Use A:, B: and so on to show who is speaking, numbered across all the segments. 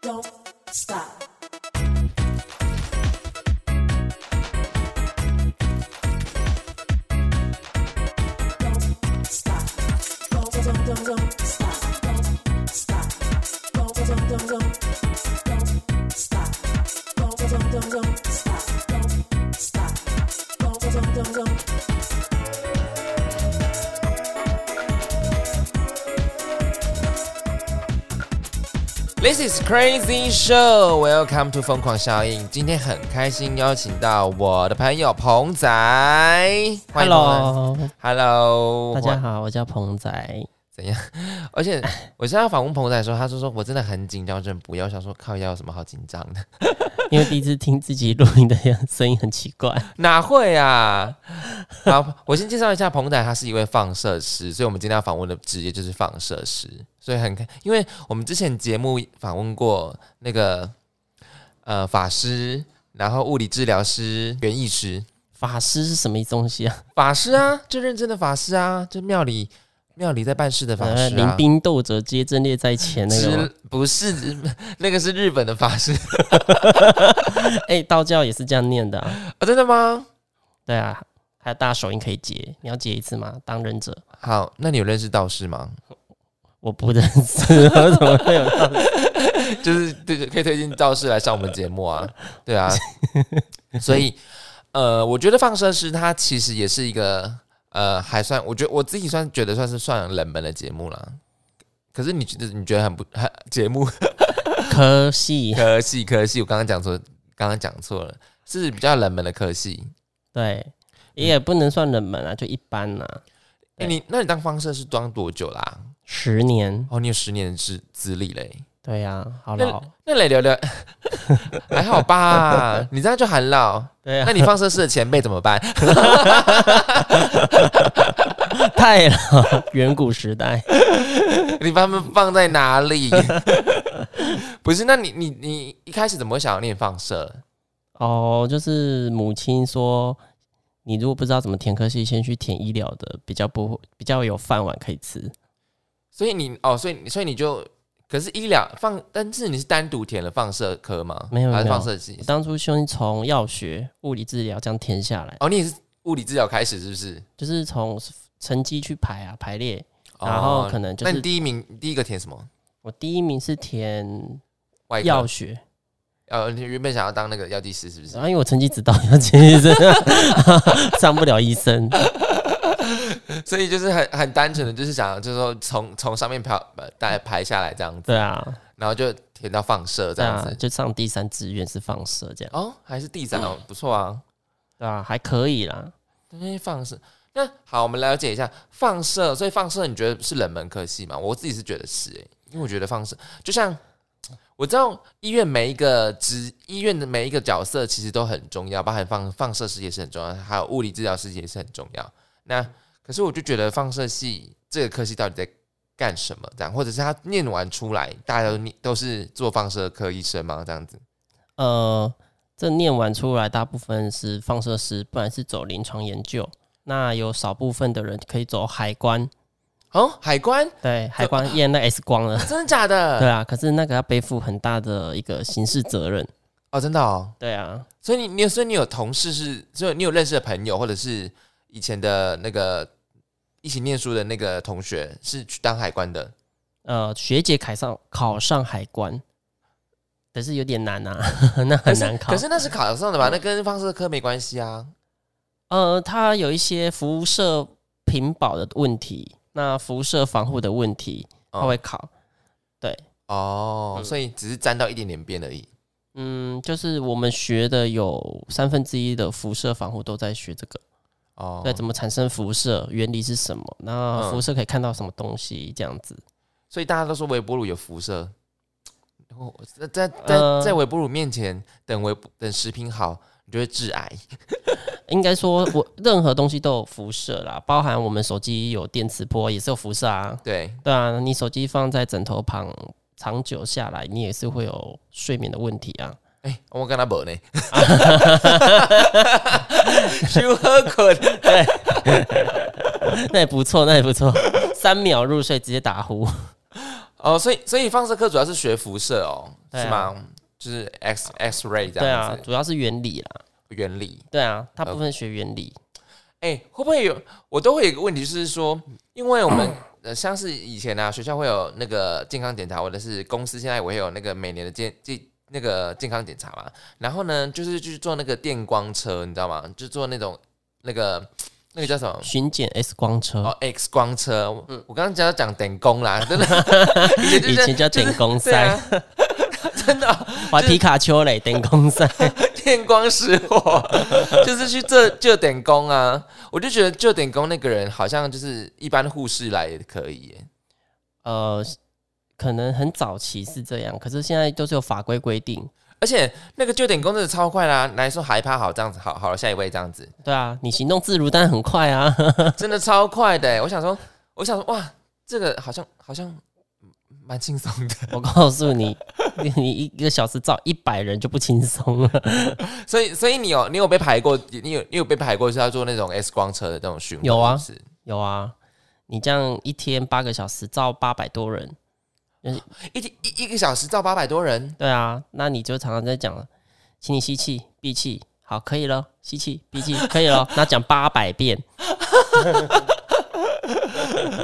A: Don't stop. Don't stop. Don't don't don't don't stop. Don't stop. Don't don't don't don't. Don't stop. Don't don't don't don't stop. Don't stop. Don't don't don't don't.
B: This is Crazy Show. Welcome to 疯狂效应。今天很开心邀请到我的朋友鹏仔。欢迎鹏仔
C: Hello，
B: Hello，
C: 大家
B: 我。
C: 好，我叫彭仔。
B: 而且我现在访问鹏仔的时候，他就说我真的很紧张，我真的不要。我想说靠，要有什么好紧张的？
C: 因为第一次听自己录音的样子声音很奇怪，
B: 哪会啊？ 好，我先介绍一下彭仔，他是一位放射师，所以我们今天要访问的职业就是放射师。所以很开，因为我们之前节目访问过那个呃法师，然后物理治疗师、园艺师，
C: 法师是什么东西啊？
B: 法师啊，就认真的法师啊，就庙里庙里在办事的法
C: 呃，
B: 师
C: 临
B: 啊。
C: 兵斗者皆阵列在前那个吗
B: 是。不是那个是日本的法师
C: 哎、道教也是这样念的、啊。
B: 哦？真的吗？
C: 对啊，还有大手印可以结，你要结一次吗？当忍者，
B: 好，那你有认识道士吗？
C: 我不认 识，我怎么会有道士？
B: 就是对，可以推荐道士来上我们节目啊，对啊，所以呃，我觉得放射师它其实也是一个呃，还算我觉得我自己算觉得算是算冷门的节目啦。可是你觉得你觉得很不 很节目
C: 科系，
B: 科系科系，我刚刚讲错，刚刚讲错了，是比较冷门的科系。
C: 对，也不能算冷门啊，就一般啦、
B: 哎、
C: 对
B: 你那你当放射师当多久啦、
C: 十年，
B: 哦，你有十年的资资历嘞。
C: 对啊，好
B: 那
C: 老，
B: 那来聊 聊，还好吧？你这样就很老。
C: 对啊
B: 那，你放射师的前辈怎么办？
C: 太老，远古时代。
B: 你把他们放在哪里？ 不是，那你你你一开始怎么会想要练放射？
C: 哦，就是母亲说，你如果不知道怎么填科系，先去填医疗的，比较不会比较有饭碗可以吃。
B: 所以你哦，所以你所以你就可是医疗放，但是你是单独填了放射科吗？
C: 没有
B: 还是
C: 没有
B: 放射系
C: 我？当初先从药学、物理治疗这样填下来，
B: 哦，你也是物理治疗开始是不是？
C: 就是从成绩去排啊排列，
B: 哦
C: 然后可能就
B: 那你
C: 是
B: 第一名你第一个填什么？
C: 我第一名是填
B: 外科
C: 药学，
B: 呃，你原本想要当那个药剂师是不是
C: 然？后因为我成绩指导要填医生， 上不了医生，
B: 所以就是很很单纯的，就是想要就是说从从上面排呃大概排下来这样子，
C: 对啊，
B: 然后就填到放射这
C: 对
B: 样
C: 啊，
B: 子。
C: 就上第三志愿是放射这样，
B: 哦，还是第三哦，不错啊。
C: 对啊，还可以啦。
B: 因为放射，那好，我们了解一下放射。所以放射，你觉得是冷门科系吗？我自己是觉得是、欸，因为我觉得放射就像我知道医院每一个职，医院的每一个角色其实都很重要，包含放放射师也是很重要，还有物理治疗师也是很重要。那可是我就觉得放射系这个科系到底在干什么？这样，或者是他念完出来，大家都念都是做放射科医生吗？这样子？
C: 呃，这念完出来，大部分是放射师，不然是走临床研究。那有少部分的人可以走海关，
B: 哦，海关
C: 对，海
B: 呃
C: 关验那 X 光了，
B: 真的假
C: 对
B: 的？
C: 啊。可是那个要背负很大的一个刑事责任，
B: 哦，真的哦。
C: 对啊，
B: 所以你你有所以你有同事是，就你有认识的朋友，或者是以前的那个一起念书的那个同学，是去当海关的。
C: 呃，学姐考上考上海关，可是有点难啊， 那
B: 可
C: 很
B: 是
C: 难考嗯
B: 可。是那是考上的吧？那跟放射科没关系啊。
C: 呃，它有一些辐射屏保的问题，那辐射防护的问题，它
B: 哦
C: 会考。
B: 哦，
C: 嗯
B: 所以只是沾到一点点边而已。
C: 嗯，就是我们学的有三分之一的辐射防护都在学这个，
B: 哦，
C: 对，怎么产生辐射，原理是什么，那
B: 嗯
C: 辐射可以看到什么东西，这样子。
B: 所以大家都说微波炉有辐射。哦在在在
C: 呃
B: 在微波炉面前等微等食品好，你就会致癌。
C: 应该说我任何东西都有辐射啦，包含我们手机有电磁波也是有辐射啊，
B: 对，
C: 对啊，你手机放在枕头旁。长久下来，你也是会有睡眠的问题啊。
B: 哎、我跟他无呢， 就喝滚。
C: 那也不错，那也不错，三秒入睡直接打呼。
B: 哦，所以所以放射科主要是学辐射哦，
C: 对啊
B: 是吗？就是 X X ray 这
C: 对
B: 样
C: 啊
B: 子，、
C: 主要是原理啦。
B: 原理。
C: 对啊，大部分学原理。
B: 哎、会不会有？我都会有一个问题，就是说，因为我们呃，像是以前啊，学校会有那个健康检查，或者是公司现在我也有那个每年的健健那个健康检查嘛。然后呢，就是去做那个电光车，你知道吗？就做那种那个那个叫什么？
C: 巡检 X 光车，
B: 哦，X 光车，我刚刚讲讲电工啦， 真的，以
C: 以前叫电工塞，
B: 就是对啊 真的哦、
C: 玩皮卡丘 嘞，电工塞。
B: 电光石火， 就是去这就点工啊。我就觉得就点工那个人好像就是一般护士来也可以耶。
C: 呃，可能很早期是这样，可是现在都是有法规规定。
B: 而且那个就点工真的超快啦、来说还怕好这样子，好好了，下一位这样子，
C: 对啊，你行动自如，但很快啊。
B: 真的超快的耶。我想说，我想说，哇，这个好像好像嗯蛮轻松的。
C: 我告诉 你，你你一个小时照一百人就不轻松了。
B: 所以所以你有你有被排过，你有你有被排过是要做那种 X 光车的那种巡
C: 有啊
B: 是
C: 有啊，你这样一天八个小时照八百多人，
B: 一天一一个小时照八百多人，
C: 对啊，那你就常常在讲了，请你吸气、闭气，好，可以了，吸气、闭气，可以 了。那讲八百遍，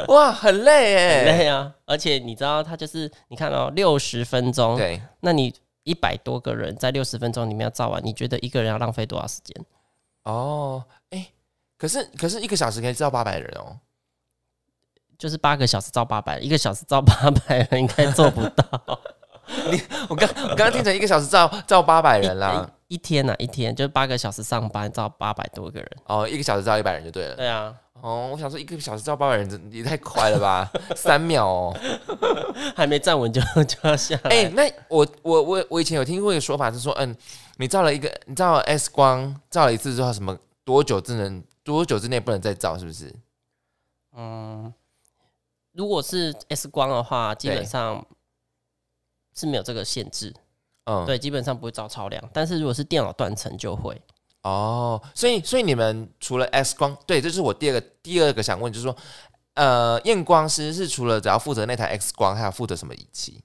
B: 哇，很累哎。
C: 对啊，而且你知道，他就是你看哦，六十分钟，
B: 对，
C: 那你一百多个人在六十分钟里面要照完，你觉得一个人要浪费多少时间？
B: 哦，哎、可是可是一个小时可以照八百人哦。
C: 就是八个小时照八百，一个小时照八百人应该做不 到。
B: 我刚我刚刚听成一个小时照照八百人啦。
C: 一天呐、啊，一天就是八个小时上班，照八百多个人。
B: 哦，一个小时照一百人就对了。
C: 对啊，
B: 哦，我想说一个小时照八百人真也太快了吧， 三秒哦。
C: 啊还没站稳就 就要下来。
B: 哎、那我我我我以前有听过一个说法是说，嗯，你照了一个你照了 X 光照了一次之后，什么多久之能多久之内不能再照，是不是？
C: 嗯，如果是 X 光的话，基本
B: 对
C: 上是没有这个限制，
B: 嗯，。
C: 对，基本上不会照超量。但是如果是电脑断层就会，
B: 哦，所以所以你们除了 X 光，对，这是我第二个第二个想问，就是说，呃，验光师是除了只要负责那台 X 光，还有负责什么仪器？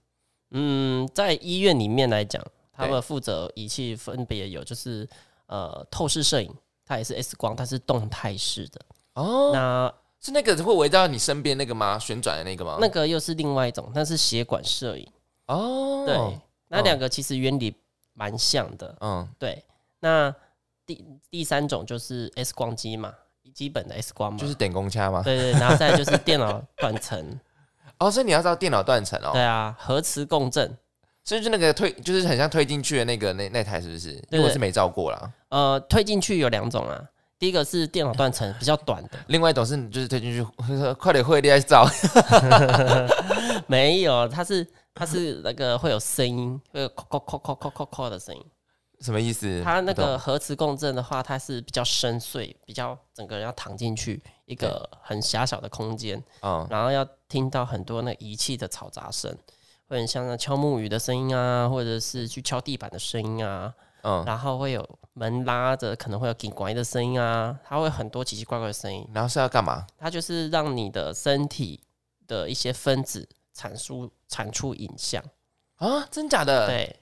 C: 嗯，在医院里面来讲，他
B: 对
C: 们负责仪器分别有就是呃透视摄影，它也是 X 光，它是动态式的。
B: 哦，
C: 那
B: 是那个会围绕你身边那个吗？旋转的那个吗？
C: 那个又是另外一种，那是血管摄影。
B: 哦，
C: 对，，那两个其实原理蛮像的。
B: 嗯，
C: 对，那第第三种就是 X 光机嘛，基本的 X 光嘛，
B: 就是点工掐吗？
C: 对对，然后再来就是电脑断层，
B: 哦，所以你要照电脑断层 哦，
C: 对啊，核磁共振，
B: 所以就那个推，就是很像推进去的那个那那台是不是？因
C: 对
B: 为我是没照过啦。
C: 呃，推进去有两种啊，第一个是电脑断层比较短的，
B: 另外一种是就是推进去，快点会来照。
C: 没有，它是它是那个会有声音，会有扣扣扣扣扣扣扣的声音。
B: 什么意思？
C: 它那
B: 不懂
C: 个核磁共振的话，它是比较深邃，比较整个人要躺进去一个很狭小的空间，
B: 嗯，
C: 然后要听到很多那仪器的嘈杂声，会很像那敲木鱼的声音啊，或者是去敲地板的声音啊，
B: 嗯，
C: 然后会有门拉着，可能会有警管的声音啊，它会很多奇奇怪怪的声音，
B: 然后是要干嘛？
C: 它就是让你的身体的一些分子产出产出影像，
B: 啊，真假的？
C: 对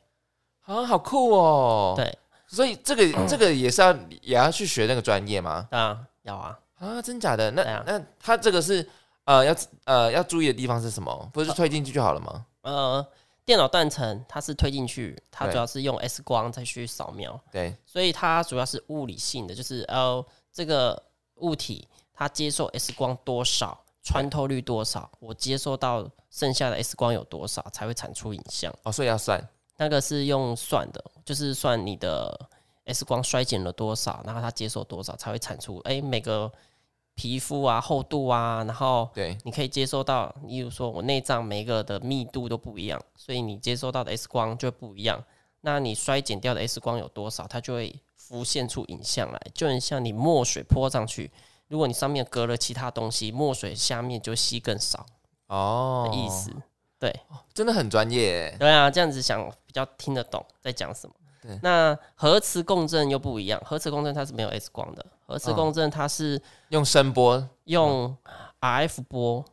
B: 啊，好酷哦！，
C: 对
B: 所以这个这个也是要也要去学那个专业吗？
C: 啊，要啊，
B: 啊，真假的？那、
C: 对啊
B: 那他这个是呃要呃要注意的地方是什么？不是推进去就好了吗？
C: 呃，电脑断层它是推进去，它
B: 对
C: 主要是用 X 光再去扫描，
B: 对，
C: 所以它主要是物理性的，就是呃这个物体它接受 X 光多少，穿透率多少，我接受到剩下的 X 光有多少才会产出影像，
B: 哦，所以要算
C: 那个是用算的，就是算你的 X 光衰减了多少，然后它接受多少才会产出，哎、每个皮肤啊厚度啊，然后
B: 对
C: 你可以接收到，例如说我内脏每一个的密度都不一样，所以你接收到的 X 光就会不一样。那你衰减掉的 X 光有多少，它就会浮现出影像来，就很像你墨水泼上去，如果你上面隔了其他东西，墨水下面就吸更少
B: 哦
C: 的，意思。对
B: 真的很专业耶。
C: 对啊，这样子想比较听得懂在讲什么
B: 对。
C: 那核磁共振又不一样，核磁共振它是没有 X 光的，核磁
B: 嗯
C: 共振它是
B: 用声波
C: 用 RF 波，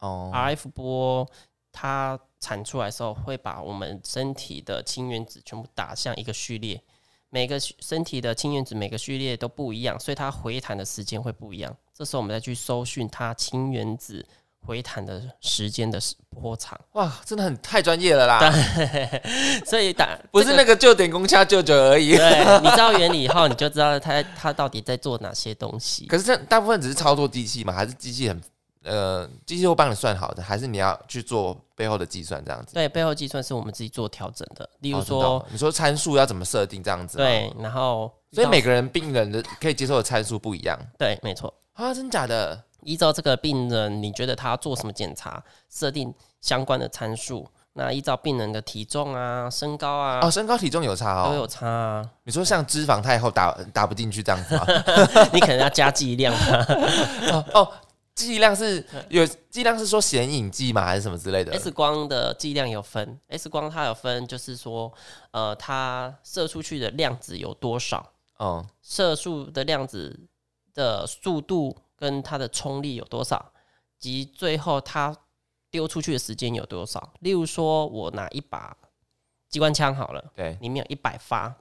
B: 哦，
C: 啊 RF 波，它产出来的时候，会把我们身体的氢原子全部打向一个序列，每个序身体的氢原子每个序列都不一样，所以它回弹的时间会不一样。这时候我们再去搜寻它氢原子回弹的时间的时波长，
B: 哇，真的很太专业了啦，
C: 所以打
B: 不是
C: 这
B: 那个就点公掐舅舅而已。
C: 对，你知道原理以后，你就知道它它到底在做哪些东西。
B: 可是这大部分只是操作机器嘛，还是机器很呃，机器会帮你算好的，还是你要去做背后的计算这样子？哦
C: 对，背后计算是我们自己做调整的，例
B: 比
C: 如说，
B: 你说参数要怎么设定这样子？，
C: 对，然后
B: 所以每
C: 个
B: 个人病人的可以接受的参数不一样
C: 对，没错，
B: 啊，真假的？
C: 依照这个病人，你觉得他要做什么检查，设定相关的参数。那依照病人的体重啊、身高啊，
B: 哦，身高体重有差
C: 都有
B: 哦。
C: 差啊。
B: 你说像脂肪太厚打打不进去这样 子吗？
C: 你可能要加 剂量啊。
B: 哦哦，剂量是有剂量是说显影剂吗？还是什么之类的？
C: X 光的剂量有分，X 光它有分，就是说，呃，它射出去的量子有多少，
B: 哦
C: 射速的量子的速度跟它的冲力有多少，及最后它丢出去的时间有多少。例如说，我拿一把机关枪好了。
B: 对，
C: 里面有一百发，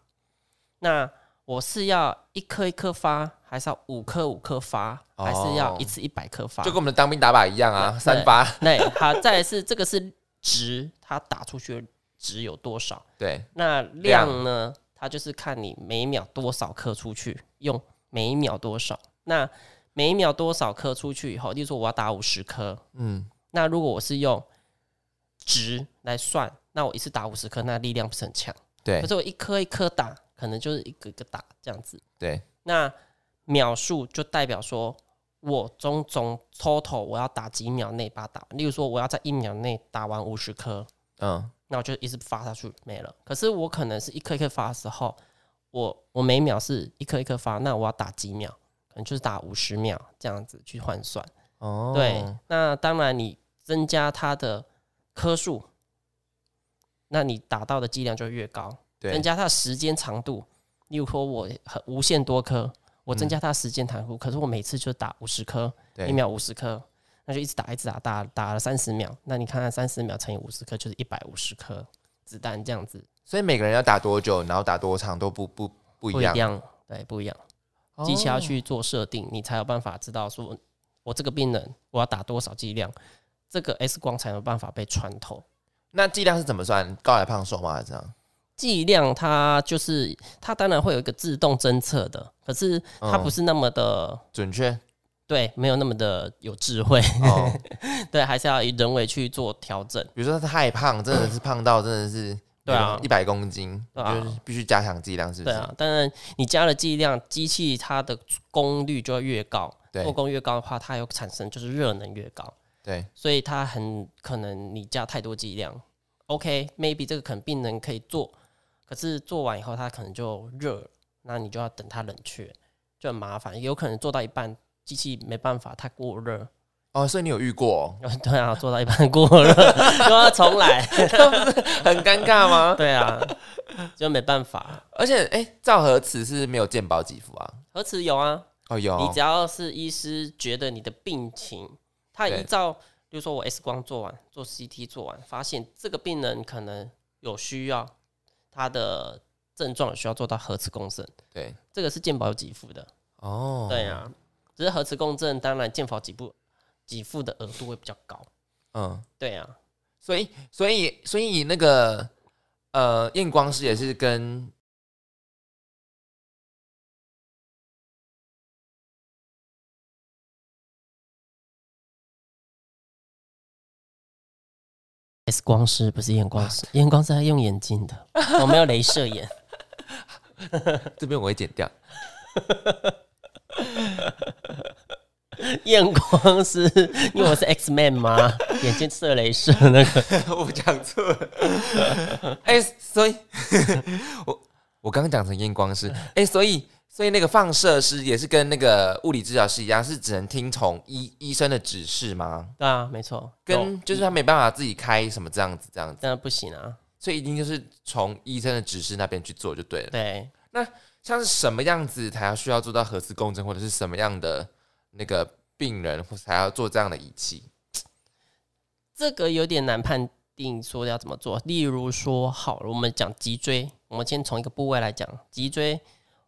C: 那我是要一颗一颗发，还是要五颗五颗发，
B: 哦
C: 还是要一次一百颗发？
B: 就跟我们的当兵打靶一样啊，
C: 对
B: 三发。
C: 对，好，再来是这个是值，它打出去的值有多少？
B: 对，
C: 那量呢？它就是看你每秒多少颗出去，用每秒多少。那每秒多少颗出去以后，例如说我要打五十颗，
B: 嗯，
C: 那如果我是用值来算，那我一次打五十颗，那力量不是很强？
B: 对
C: 可是我一颗一颗打，可能就是一个一个打这样子。
B: 对，
C: 那秒数就代表说我中总 total 我要打几秒内把它打完，例如说我要在一秒内打完五十颗，
B: 嗯，
C: 那我就一直发下去没了。可是我可能是一颗一颗发的时候，我我每秒是一颗一颗发，那我要打几秒？可能就是打五十秒这样子去换算。
B: 哦，
C: 对，那当然你增加它的颗数，那你打到的剂量就越高。增
B: 对，
C: 加它的时间长度。例如说，我很无限多颗，我
B: 嗯
C: 增加它的时间长度，可是我每次就打五十颗，
B: 对
C: 一秒五十颗，那就一直打，一直打，打打了三十秒。那你看看三十秒乘以五十颗，就是一百五十颗子弹这样子，
B: 所以每个人要打多久，然后打多长都不不不
C: 不
B: 一
C: 一
B: 样，
C: 样，对，不一样。
B: 哦
C: 机器要去做设定，你才有办法知道说，我这个病人我要打多少剂量，这个 X 光才有办法被穿透。
B: 那剂量是怎么算？高矮胖瘦吗？还是这样？
C: 剂量它就是它当然会有一个自动侦测的，可是它
B: 嗯
C: 不是那么的。
B: 准确
C: 对，没有那么的有智慧，
B: 哦。
C: 对，还是要以人为去做调整。
B: 比如说他太胖，真的是胖到真的是
C: 对啊
B: 一百公斤，
C: 对啊
B: 就是必须加强剂量，是不
C: 对
B: 是？
C: 啊，当然你加了剂量，机器它的功率就会越高，
B: 对
C: 做工越高的话，它有产生就是热能越高，
B: 对
C: 所以它很可能你加太多剂量，OK，maybe、这个可能病人可以做，可是做完以后它可能就热了，那你就要等它冷却，就很麻烦，有可能做到一半机器没办法，它过热，
B: 哦，所以你有遇过
C: 对啊，做到一半过热 又要重来。
B: 很尴尬吗？
C: 对啊，就没办法。
B: 而且哎、照核磁是没有健保给付啊。
C: 核磁有啊，
B: 哦，有
C: 你只要是医师觉得你的病情，他
B: 对
C: 依照，比如说我 X 光做完，做 CT 做完，发现这个病人可能有需要，他的症状有需要做到核磁共振，
B: 对啊
C: 这个是健保给付的。
B: 哦，
C: 对，啊，只是核磁共振，当然健保给付给付的额度会比较高。
B: 嗯，
C: 对啊，
B: 所以所以所以那个呃，验光师也是跟
C: X 光师不是验光
B: 啊
C: 师，验光师他用眼睛的，我没有镭射眼。
B: 这边我会剪掉，
C: 验光师，因为我是 X Man 吗？眼睛射镭射那个，
B: 我讲错了。哎、所以我我刚刚讲成验光师，哎、所以所以那个放射师也是跟那个物理治疗师一样，是只能听从医医生的指示吗？
C: 对啊，没错，
B: 跟就是他没办法自己开什么这样子这样子，
C: 当然不行啊，
B: 所以一定就是从医生的指示那边去做就对了。
C: 对，
B: 像是什么样子才要需要做到核磁共振，或者是什么样的那个病人或才要做这样的仪器？
C: 这个有点难判定说要怎么做。例如说，好了，我们讲脊椎，我们先从一个部位来讲脊椎。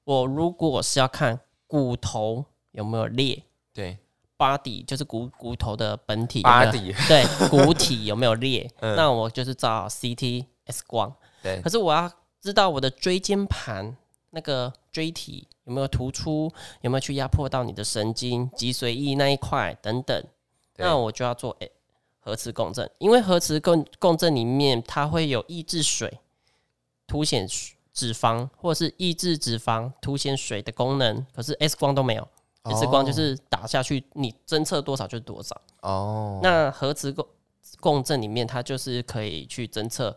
C: 我如果是要看骨头有没有裂
B: 对，
C: ，body 就是骨骨头的本体有
B: 巴
C: 没有
B: 底，
C: 对骨体有没有裂，
B: 嗯
C: 那我就是照 CT X 光。
B: 对
C: 可是我要知道我的椎间盘那个椎体有没有突出，有没有去压迫到你的神经、脊髓液那一块等等，
B: 对
C: 那我就要做诶核磁共振，因为核磁共共振里面它会有抑制水，凸显水脂肪，或者是抑制脂肪凸显水的功能，可是 X 光都没有。X 光就是打下去，你侦测多少就是多少。
B: 哦，
C: 那核磁共共振里面，它就是可以去侦测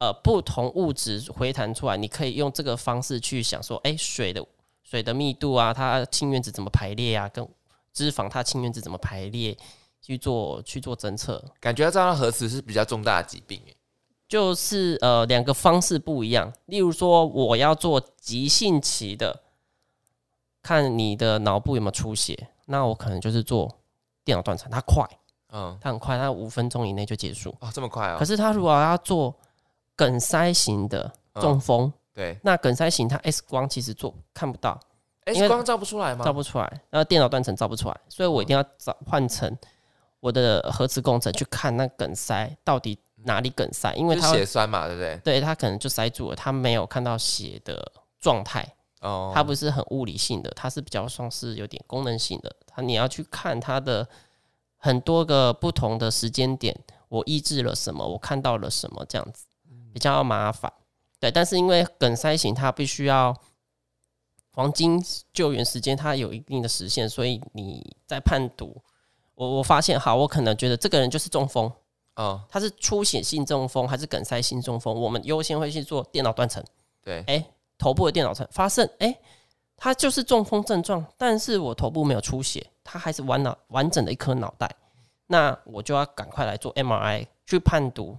C: 呃不同物质回弹出来，你可以用这个方式去想说，哎、水的水的密度啊，它氢原子怎么排列啊，跟脂肪它氢原子怎么排列去做去做侦测，
B: 感觉要照到核磁是比较重大的疾病耶，
C: 就是呃两个方式不一样。例如说，我要做急性期的，看你的脑部有没有出血，那我可能就是做电脑断层，它快，
B: 嗯，
C: 它很快，它五分钟以内就结束。
B: 哦，这么快
C: 可
B: 哦，
C: 是他如果要做梗塞型的
B: 嗯
C: 中风，
B: 对
C: 那梗塞型它 X 光其实做看不到，因
B: ，X
C: 为
B: 光照不出来吗？
C: 照不出来，然后电脑断层照不出来，所以我一定要找换成我的核磁共振去看那梗塞到底哪里梗塞，因为
B: 就是
C: 它
B: 血栓嘛，对不对？
C: 对它可能就塞住了，它没有看到血的状态，
B: 哦，
C: 它不是很物理性的，它是比较算是有点功能性的。它你要去看它的很多个不同的时间点，我抑制了什么，我看到了什么，这样子比较麻烦。对，但是因为梗塞型它必须要黄金救援时间，它有一定的时限，所以你在判读，我我发现好，我可能觉得这个人就是中风，
B: 哦，
C: 他是出血性中风还是梗塞性中风，我们优先会去做电脑断层。
B: 对，
C: 哎、头部的电脑层发现，哎、它就是中风症状，但是我头部没有出血，它还是完脑完整的一颗脑袋，那我就要赶快来做 MRI 去判读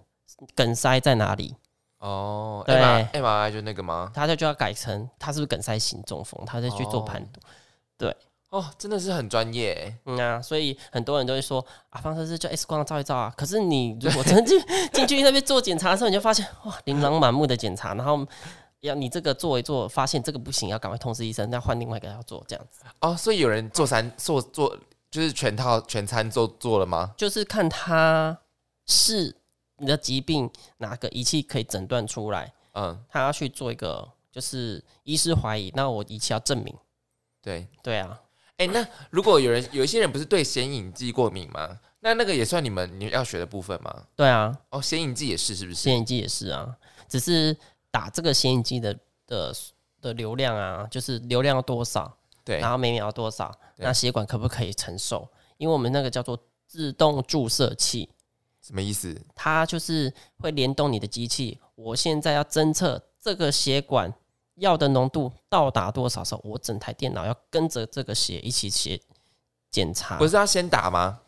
C: 梗塞在哪里，
B: 哦
C: 对
B: ，M R M R I 就那个吗？
C: 它就就要改成它是不是梗塞型中风，它再去做判读。
B: 哦，真的是很专业耶，
C: 嗯啊，所以很多人都会说啊，方程式就 X 光照一照啊。可是你如果真进进去那边做检查的时候，你就发现哇，琳琅满目的检查，然后要你这个做一做，发现这个不行，要赶快通知医生，再换另外一个要做这样子。
B: 哦，所以有人做三做做就是全套全餐做做了吗？
C: 就是看它是你的疾病哪个仪器可以诊断出来，
B: 嗯，
C: 他要去做一个就是医师怀疑，那我仪器要证明。
B: 对，
C: 对啊，
B: 哎、那如果有人有一些人不是对显影剂过敏吗？那那个也算你们你要学的部分吗？
C: 对啊，
B: 哦，显影剂也是，是不是？
C: 显影剂也是啊，只是打这个显影剂的的的流量啊，就是流量要多少，
B: 对
C: 然，后每秒要多少，
B: 对
C: 那血管可不可以承受？因为我们那个叫做自动注射器，
B: 什么意思？
C: 它就是会联动你的机器。我现在要侦测这个血管药的浓度到达多少时候，我整台电脑要跟着这个血一起血检查。
B: 不是要先打吗？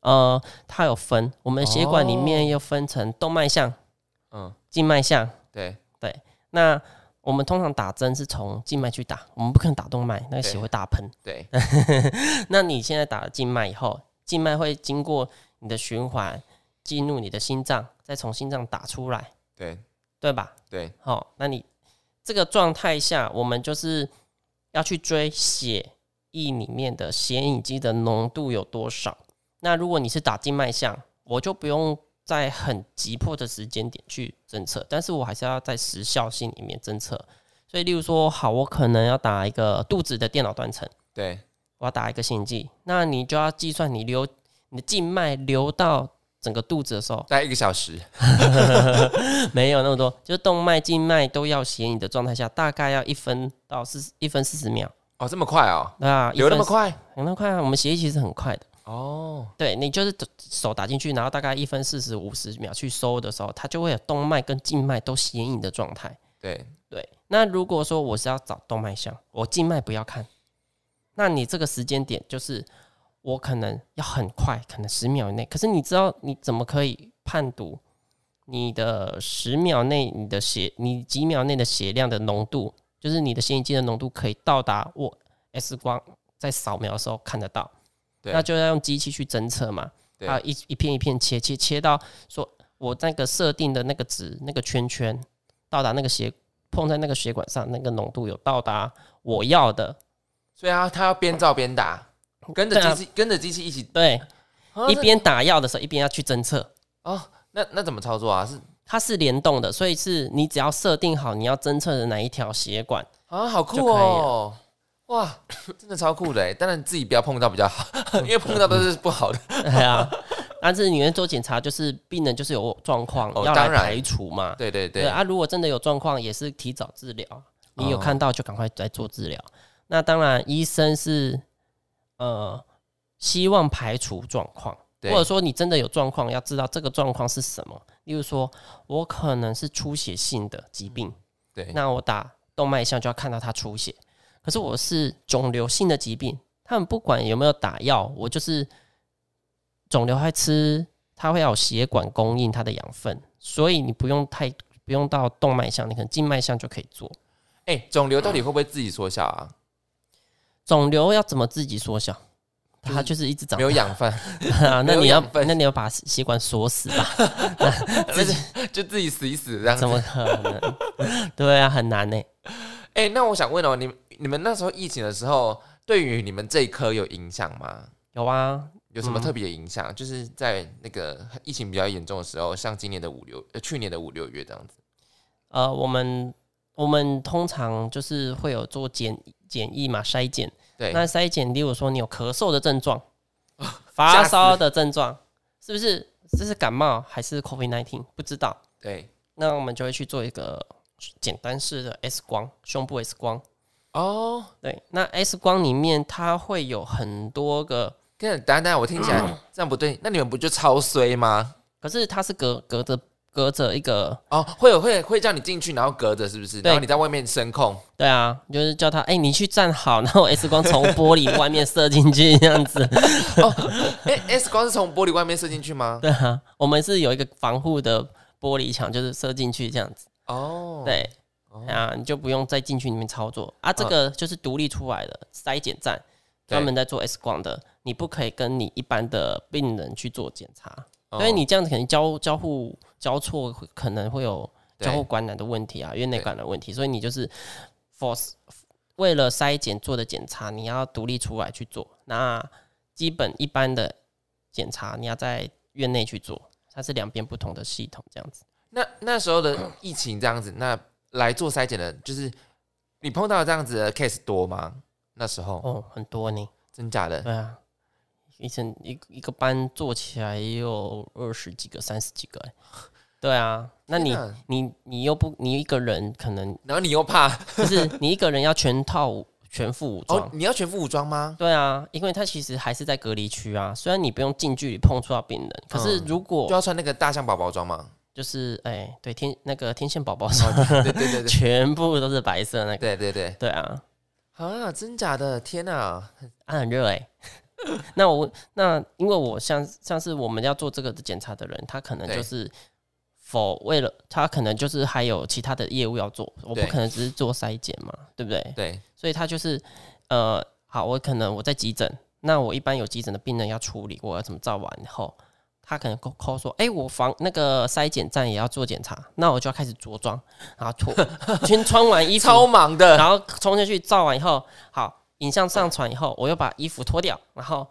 C: 呃，它有分，我们血管里面
B: 哦
C: 又分成动脉项、
B: 嗯，
C: 静脉项。
B: 对，
C: 那我们通常打针是从静脉去打，我们不可能打动脉，那个血
B: 对
C: 会大 喷。
B: 对，
C: 那你现在打了静脉以后，静脉会经过你的循环，进入你的心脏，再从心脏打出来，
B: 对，
C: 对吧？
B: 对，
C: 好、那你这个状态下，我们就是要去追血液里面的显影剂的浓度有多少。那如果你是打静脉项，我就不用在很急迫的时间点去侦测，但是我还是要在时效性里面侦测。所以，例如说，好，我可能要打一个肚子的电脑断层，
B: 对，
C: 我要打一个显影剂，那你就要计算你流你的静脉流到整个肚子的时候，
B: 大概一个小时。
C: 没有那么多，就是动脉、静脉都要显影的状态下，大概要一分到四一分四十秒。
B: 哦，这么快哦，
C: 那
B: 流那么
C: 快，
B: 快？
C: 很快啊！我们血液其实很快的，
B: 哦，
C: 对你就是手打进去，然后大概一分四十五十秒去收的时候，它就会有动脉跟静脉都显影的状态。
B: 对，
C: 对，那如果说我是要找动脉项，我静脉不要看，那你这个时间点就是我可能要很快，可能十秒以内。可是你知道你怎么可以判读你的十秒内你的血，你几秒内的血量的浓度，就是你的显影剂的浓度可以到达我 X 光在扫描的时候看得到，
B: 对
C: 那就要用机器去侦测嘛。
B: 对
C: 还有一一片一片切切切到说我那个设定的那个值那个圈圈到达那个血碰在那个血管上，那个浓度有到达我要的，
B: 所以啊，他要边照边打，跟着
C: 对啊
B: 机器跟着机器一起
C: 对，
B: 啊
C: 一
B: 这
C: 边打药的时候一边要去侦测，
B: 哦，那那怎么操作啊？是
C: 它是联动的，所以是你只要设定好你要侦测的哪一条血管，
B: 啊，好
C: 就
B: 酷
C: 可以
B: 哦！哇， 真的超酷的哎！当然自己不要碰到比较好， 因为碰到都是不好的。
C: 对啊，但是你们做检查就是病人就是有状况、
B: 哦
C: 要来
B: 当然
C: 排除嘛，
B: 对对嗯对，
C: 啊，如果真的有状况，也是提早治疗，你有看到就赶快来做治疗。那当然，医生是呃希望排除状况，或
B: 对
C: 者说你真的有状况，要知道这个状况是什么。例如说，我可能是出血性的疾病，
B: 对
C: 那我打动脉项就要看到它出血。可是我是肿瘤性的疾病，他们不管有没有打药，我就是肿瘤还吃，它会要有血管供应它的养分，所以你不用太不用到动脉项，你可能静脉项就可以做。
B: 哎，肿瘤到底会不会自己缩小啊？
C: 肿瘤要怎么自己缩小？
B: 就是
C: 它就是一直长
B: 没有养 分，
C: 大啊，
B: 没
C: 那
B: 有
C: 你要
B: 养分
C: 那你要把血管锁死吧？
B: 自 己就自己死一死这样子
C: 怎。么可能？ 对啊，很难呢、
B: 哎，那我想问哦，你们你们那时候疫情的时候，对于你们这一科有影响吗？
C: 有啊，
B: 有什么
C: 嗯
B: 特别的影响？就是在那个疫情比较严重的时候，像今年的五六，呃，去年的五六月这样子。
C: 呃，我们我们通常就是会有做检检疫嘛，筛检。
B: 对，
C: 那筛检，例如说你有咳嗽的症状、
B: 吓
C: 发
B: 死
C: 烧的症状，是不是这是感冒还是 COVID nineteen？不知道，
B: 对，
C: 那我们就会去做一个简单式的 X 光，胸部 X 光。
B: 哦，
C: 对，那 X 光里面它会有很多个，
B: 跟等下等下，我听起 来这样不对，那你们不就超衰吗？
C: 可是它是隔隔着隔着一个
B: 哦，会有会会叫你进去，然后隔着是不是？
C: 对
B: 然后你在外面声控，
C: 对啊，就是叫他，哎、你去站好， 然后 X 光从玻璃外面射进去这 样子。
B: 哎、s 光是从玻璃外面射进去吗？
C: 对啊，我们是有一个防护的玻璃墙，就是射进去这样子。
B: 哦，，
C: 对
B: 哦
C: 啊，你就不用再进去里面操作啊。这个就是独立出来的筛检站，
B: 对
C: 专门在做 X 光的，你不可以跟你一般的病人去做检查，
B: 哦
C: 所以你这样子可能交交互交错，可能会有
B: 对
C: 交互感染的问题啊，院内感染问题，所以你就是 force 为了筛检做的检查，你要独立出来去做。那基本一般的检查，你要在院内去做，它是两边不同的系统这样子。
B: 那那时候的疫情这样子，那来做筛检的，就是你碰到这样子的 case 多吗？那时候、
C: 哦，很多呢。
B: 真假的？
C: 对啊，一整一个一个班做起来也有二十几个、三十几 个、欸。对啊，那
B: 天
C: 你
B: 哪
C: 你你又不你一个人可能
B: 然后你又怕
C: 就是你一个人要全套武全副武装。
B: 哦，你要全副武装吗？
C: 对啊，因为他其实还是在隔离区啊，虽然你不用近距离碰触到病人，可是
B: 嗯
C: 如果
B: 就要穿那个大象宝宝装吗？
C: 就是哎、对天那个天线宝宝 说，
B: 对对对对对
C: 全部都是白色那个，
B: 对对对，
C: 对啊，
B: 啊，真假的？天哪、
C: 啊，很热哎、 那我问那因为我像像是我们要做这个检查的人，他可能
B: 对
C: 就是否为了他可能就是还有其他的业务要做，我不
B: 对
C: 可能只是做筛检嘛，对不对？
B: 对
C: 所以他就是呃，好，我可能我在急诊，那我一般有急诊的病人要处理，我要怎么照完后，他可能 call call 说，哎、我防那个筛检站也要做检查，那我就要开始着装，然后脱 先穿完衣服，
B: 超忙的，
C: 然后冲进去照完以后，好，影像上传以后，我又把衣服脱掉，然后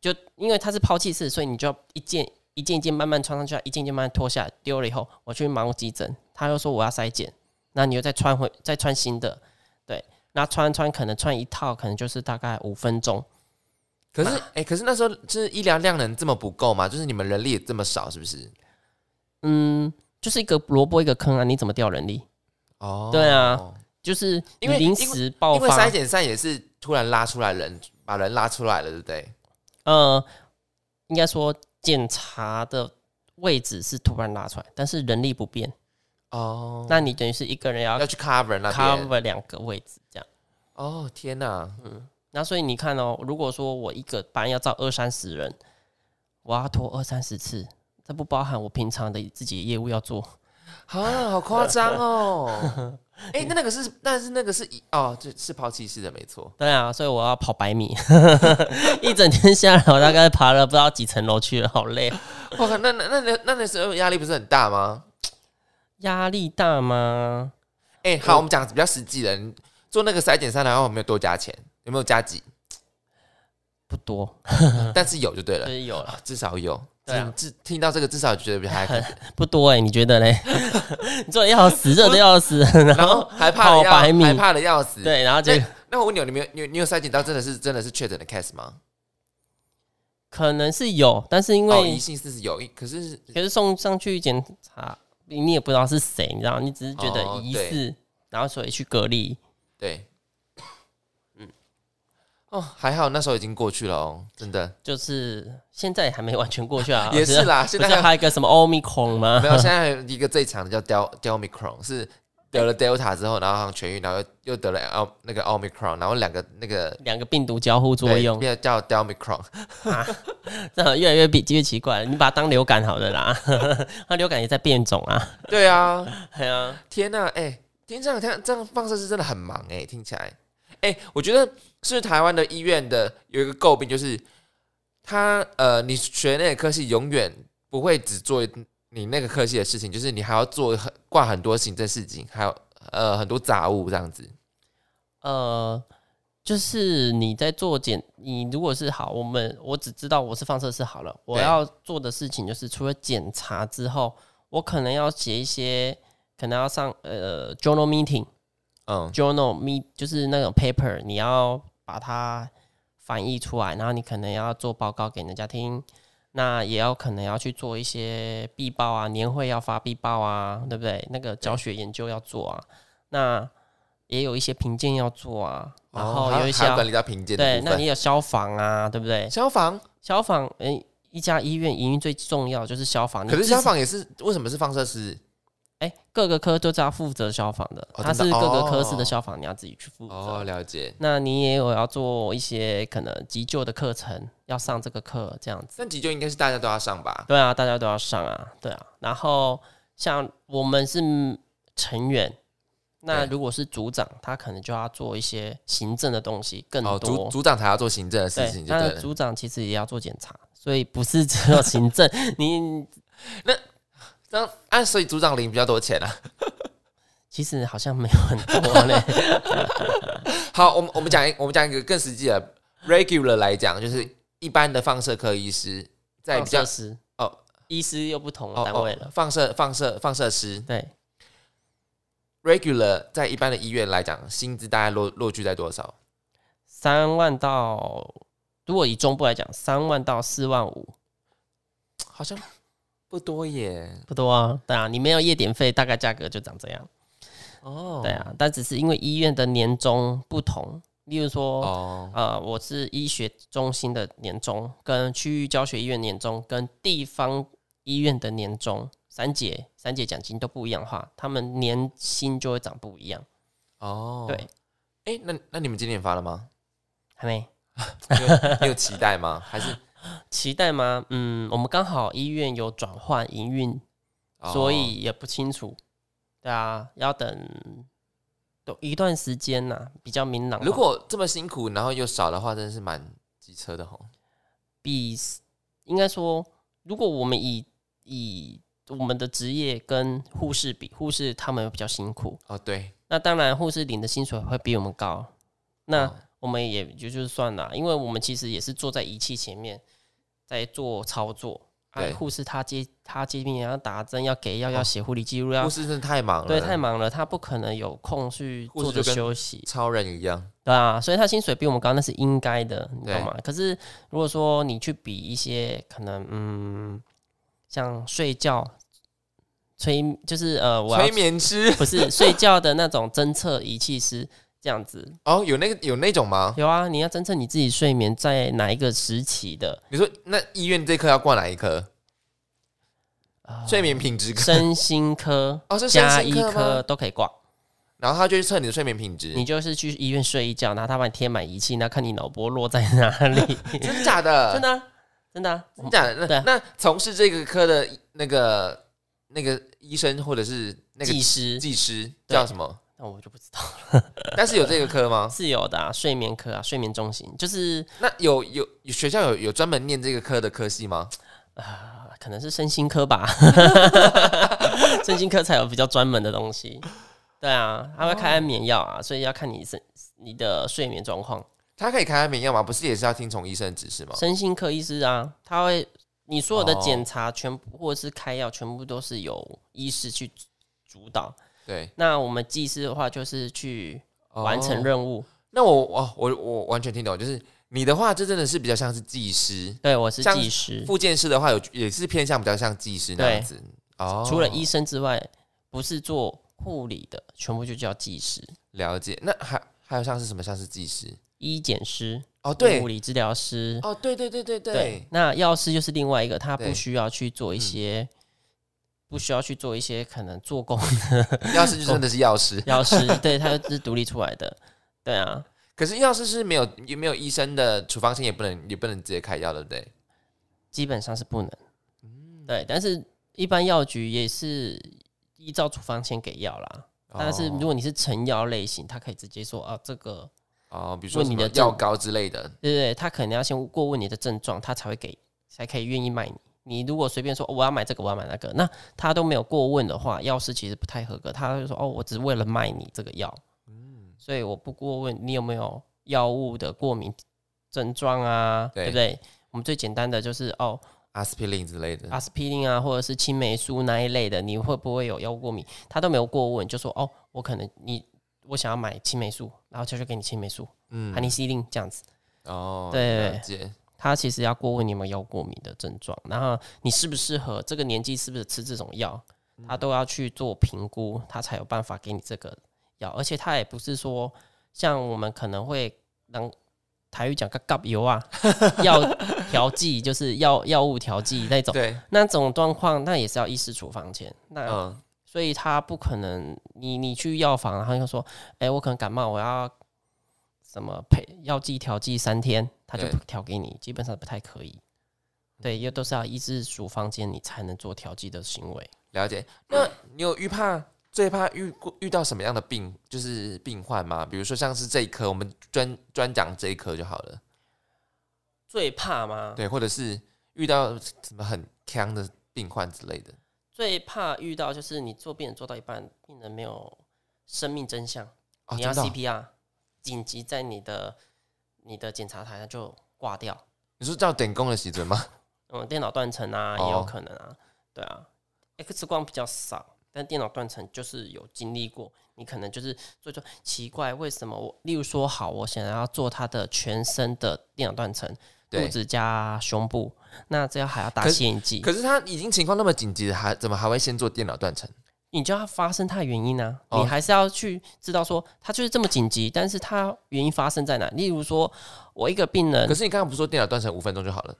C: 就因为它是抛弃式，所以你就要一件一件一件慢慢穿上去，一件一件慢慢脱下来，丢了以后，我去忙急诊，他又说我要筛检，那你又再穿回再穿新的，对，那穿穿可能穿一套，可能就是大概五分钟，
B: 可是哎、可是那时候就是医疗量能这么不够嘛，就是你们人力也这么少，是不是？
C: 嗯，就是一个萝卜一个坑啊，你怎么调人力？
B: 哦，
C: 对啊就是你
B: 因为
C: 临时爆
B: 因为
C: 发
B: 筛，检站也是突然拉出来人，把人拉出来了，对不对？
C: 呃，应该说检查的位置是突然拉出来，但是人力不变。
B: 哦，
C: 那你等于是一个人要
B: 要去 cover 那边。
C: cover 两个位置这样。
B: 哦，天哪！
C: 那所以你看哦，如果说我一个班要照二三十人，我要拖二三十次，这不包含我平常的自己的业务要做。
B: 啊，好夸张哦！哎、那那个是，但是那个是一哦，这是抛弃式的，没错。
C: 对啊，所以我要跑百 米，一整天下来，我大概爬了不知道几层楼去了，好累。
B: 我哦靠，那那那那那那时候压力不是很大吗？
C: 压力大吗？
B: 哎、好，我们讲比较实际的，你做那个筛检三，然后有没有多加钱？有没有加几？
C: 不多，
B: 但是有就对
C: 就
B: 了，
C: 是有了，
B: 啊至少有。
C: 嗯对啊
B: 至听到这个至少觉得还，
C: 不多哎、你觉得 嘞？你做的要死，热的要死， 然
B: 然
C: 后
B: 后 还怕的
C: 跑百
B: 要
C: 米
B: 还怕的要死。，
C: 对，然后就
B: 那那我问你哦，你没有你有你有筛检到真的是真的是确诊的 case 吗？
C: 可能是有，但是因
B: 哦，
C: 为
B: 疑心是是有，可是
C: 可是送上去检查，你也不知道是谁，你知道，你只是觉
B: 哦
C: 得疑
B: 对
C: 似，然后所以去隔离。
B: 对，嗯，哦，还好那时候已经过去了哦，真的，
C: 就是现在还没完全过去啊
B: 也是啦。现
C: 不
B: 在
C: 是
B: 还有
C: 还有一个什么欧米孔吗
B: 没？有，现在还有一个最长的叫 Del Delmicron，是得了 Delta 之后，然后好像痊愈，然后又又得了奥那个 Omicron，然后两个那个
C: 两个病毒交互作
B: 对
C: 用，
B: 变叫 Delmicron，
C: 这样越来越比越奇怪了。你把它当流感好了啦， 那流感也在变种啊。
B: 对啊，
C: 对啊，
B: 天呐、哎、听这样听这样放射是真的很忙哎、听起来，哎、我觉得是台湾的医院的有一个诟病就是，他呃，你学那个科系永远不会只做你那个科系的事情，就是你还要做很挂很多行政事情，还有呃很多杂物这样子，
C: 呃，就是你在做检，你如果是好，我们我只知道我是放射师好了，我要做的事情就是除了检查之后，我可能要写一些，可能要上呃 journal meeting。
B: 嗯
C: journal me 就是那种 paper，你要把它翻译出来，然后你可能要做报告给人家听，那也要可能要去做一些必报啊，年会要发必报啊，对不对？那个教学研究要做啊，那也有一些评鉴要做啊，然后
B: 哦还
C: 有一些
B: 还
C: 要、
B: 要管理到评鉴的
C: 对，
B: 部
C: 那
B: 分
C: 你，有消防啊，对不对？
B: 消防，
C: 消防，诶、一家医院营运最重要的就是消防，你
B: 可是
C: 自己
B: 消防也是为什么是放射师？
C: 哎、各个科都是要负责消防的，
B: 哦
C: 它
B: 真
C: 是
B: 的
C: 各个科
B: 哦
C: 室的消防，你要自己去负责。
B: 哦，了解。
C: 那你也有要做一些可能急救的课程，要上这个课这样子。
B: 但急救应该是大家都要上吧？
C: 对啊，大家都要上啊，对啊。然后像我们是成员，那
B: 对
C: 如果是组长，他可能就要做一些行政的东西更
B: 哦，
C: 多。
B: 组组长才要做行政的事
C: 对
B: 情，，就对
C: 那
B: 了。
C: 组长其实也要做检查，所以不是只有 行政。你
B: 这样啊，所以组长领比较多钱啊。
C: 其实好像没有很多嘞，
B: 好，我们我们 讲一我们讲一个更实际的，regular 来讲，就是一般的放射科医师在比较
C: 放射师
B: 哦
C: 医师又不同
B: 哦
C: 的单位了。
B: 哦放射放射放射师
C: 对，
B: regular 在一般的医院来讲，薪资大概落落居在多少？
C: 三万到，如果以中部来讲，三万到四万五。
B: 好像不多耶。
C: 不多啊，对啊，你没有夜点费，大概价格就长这样，
B: 哦，
C: 对啊，但只是因为医院的年终不同，例如说，
B: 哦，
C: 呃，我是医学中心的年终，跟区域教学医院年终，跟地方医院的年终，三节三节奖金都不一样的话，他们年薪就会长不一样，
B: 哦，
C: 对，
B: 哎、那那你们今年发了 吗？
C: 还没
B: 你有你有期待吗？还是
C: 期待吗？嗯，我们刚好医院有转换营运，
B: 哦
C: 所以也不清楚，对啊，要等。有一段时间呐、比较明朗吧。
B: 如果这么辛苦，然后又少的话，真的是蛮机车的吼。
C: 比应该说，如果我们以以我们的职业跟护士比，护士他们比较辛苦，
B: 哦，对，
C: 那当然护士领的薪水会比我们高，那
B: 哦
C: 我们也就就是算了，因为我们其实也是坐在仪器前面在做操作。啊
B: 对哦
C: 护士他接他接病人要打针，要给药，要写护理记录，要
B: 护士真的太忙了，
C: 啊对太忙了，他不可能有空去
B: 护士
C: 坐着
B: 就跟
C: 休息。
B: 超人一样。
C: 对啊，所以他薪水比我们高，那是应该的，你
B: 对
C: 懂吗？可是如果说你去比一些可能，嗯，像睡觉、催，就是呃，我要
B: 催眠师
C: 不是睡觉的那种侦测仪器师这样子，
B: 哦，有那个有那种吗？
C: 有啊，你要侦测你自己睡眠在哪一个时期的
B: 你说那医院这科要挂哪一科？
C: 啊
B: 睡眠品质科
C: 身心科
B: 哦，是
C: 加
B: 身
C: 医
B: 心科
C: 科
B: 吗？
C: 都可以挂，
B: 然后他就去测你的睡眠品质
C: 你，就是去医院睡一觉，然后他帮你贴满仪器，那看你脑波落在哪 里，
B: 真假的？
C: 真的啊、真的啊、
B: 真假的？
C: 对
B: 那
C: 啊
B: 那从事这个科的那个那个医生或者是那个
C: 技师
B: 技师
C: 对
B: 叫什么？
C: 那我就不知 道
B: 但是有这个科吗？
C: 是有的、啊，睡眠科啊，睡眠中心就是
B: 那有有有学校有有专门念这个科的科系吗？
C: 啊、可能是身心科 吧，身心科才有比较专门的东西。对啊，他会开安眠药啊，所以要看你身你的睡眠状况。
B: 他可以开安眠药吗？不是也是要听从医生的指示吗？
C: 身心科医师啊，他会你所有的
B: 哦
C: 检查全部、或者是开药全部都是由医师去主导。
B: 对，
C: 那我们技师的话就是去完成
B: 务。
C: 任务。
B: 那我哦，我我完全听懂，就是你的话，这真的是比较像是技师。
C: 对，我是
B: 像
C: 技师。
B: 复健师的话有，也是偏向比较像技师那样子。哦，
C: 除了医生之外，不是做护理的，全部就叫技师、
B: 了解，那还还有像是什么像是技师？
C: 医检师、
B: 哦，对
C: 物，理治疗师。
B: 哦，对对对对对，
C: 那药师就是另外一个，他
B: 对嗯
C: 不需要去做一些，不需要去做一些可能做工
B: 药师就真的是药 师，
C: 药师，对，他就是独立出来的。对啊，
B: 可是药师是没有也没有医生的处方签，也不能也不能直接开药，对不对？
C: 基本上是不能。
B: 嗯
C: 对，但是一般药局也是依照处方签给药啦。但是如
B: 哦
C: 果你是成药类型，他可以直接说啊，这个
B: 哦，比如说
C: 问
B: 什
C: 你
B: 么
C: 的
B: 药
C: 症
B: 膏之类的，
C: 对对，他可能要先过问你的症状，他才会给，才可以愿意卖你。你如果随便说、哦我要买这个，我要买那个，那他都没有过问的话，药师其实不太合格。他就说哦，我只是为了卖你这个药，
B: 嗯
C: 所以我不过问你有没有药物的过敏症状啊，
B: 对
C: 对不对？我们最简单的就是哦，
B: 阿司匹林之类的。
C: 阿司匹林啊，或者是青霉素那一类的，你会不会有药物过敏？他都没有过问，就说哦，我可能你我想要买青霉素，然后他就给你青霉素、
B: 嗯
C: 含尼西林这样子。
B: 哦，
C: 对
B: 了解。
C: 他其实要过问你有没有药过敏的症状，然后你适不适合这个年纪是不是吃这种药，他都要去做评估，他才有办法给你这个药。而且他也不是说像我们可能会让台语讲个“油啊”，药调剂就是药药物调剂那种，
B: 对，
C: 那种状况那也是要医师处方签。那、
B: 嗯，
C: 所以他不可能，你你去药房，然后又说，哎、我可能感冒，我要什么配药剂调剂三天，他就
B: 对
C: 不调给你，基本上不太可以。对，又都是要医治处方间，你才能做调剂的行为。
B: 了解。那你有遇怕最怕遇过遇到什么样的病，就是病患吗？比如说像是这一科，我们专专讲这一科就好了。
C: 最怕吗？
B: 对，或者是遇到什么很强的病患之类的。
C: 最怕遇到就是你做病人做到一半，病人没有生命真相，
B: 哦，
C: 你要
B: 真的哦
C: CPR，紧急在你的你的检查台上就挂掉。
B: 你说叫点工的时准 吗？
C: 嗯，电脑断层啊，也有
B: 哦
C: 可能啊，对啊，X 光比较少，但电脑断层就是有经历过，你可能就是做做奇怪，为什么我，例如说好，我想要做他的全身的电脑断层，肚
B: 对。
C: 子加胸部，那这样还要打
B: 可
C: 显影剂，
B: 可是他已经情况那么紧急了，还怎么还会先做电脑断层？
C: 你就要发生它的原因啊，
B: 哦
C: 你还是要去知道说它就是这么紧急，但是它原因发生在哪？例如说我一个病人
B: 可，是你刚刚不是说电脑断层五分钟就好了？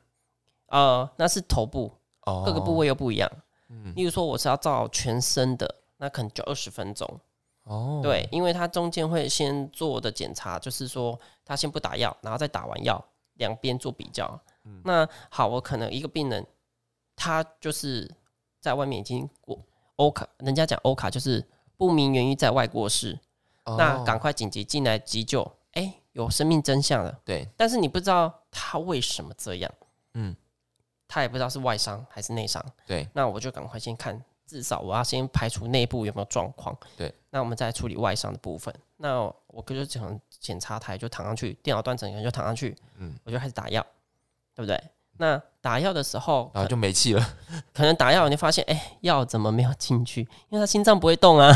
C: 呃，那是头部，
B: 哦，
C: 各个部位又不一样。
B: 嗯
C: 例如说我是要照全身的，那可能就二十分钟。
B: 哦，
C: 对，因为它中间会先做的检查，就是说他先不打药，然后再打完药，两边做比较。那好，我可能一个病人，他就是在外面已经过欧卡，人家讲欧卡就是不明原因在外过世，
B: 哦，
C: 那赶快紧急进来急救，哎、有生命真相了。
B: 对，
C: 但是你不知道他为什么这样，
B: 嗯，
C: 他也不知道是外伤还是内伤，
B: 对，
C: 那我就赶快先看，至少我要先排除内部有没有状况。
B: 对，
C: 那我们再处理外伤的部分。那我哥就讲检查台就躺上去，电脑断层可能就躺上去，
B: 嗯
C: 嗯，我就开始打药，对不对？那打药的时候，
B: 然后
C: 可
B: 就没气了。
C: 可能打药你就发现，哎、药怎么没有进去？因为他心脏不会 动啊，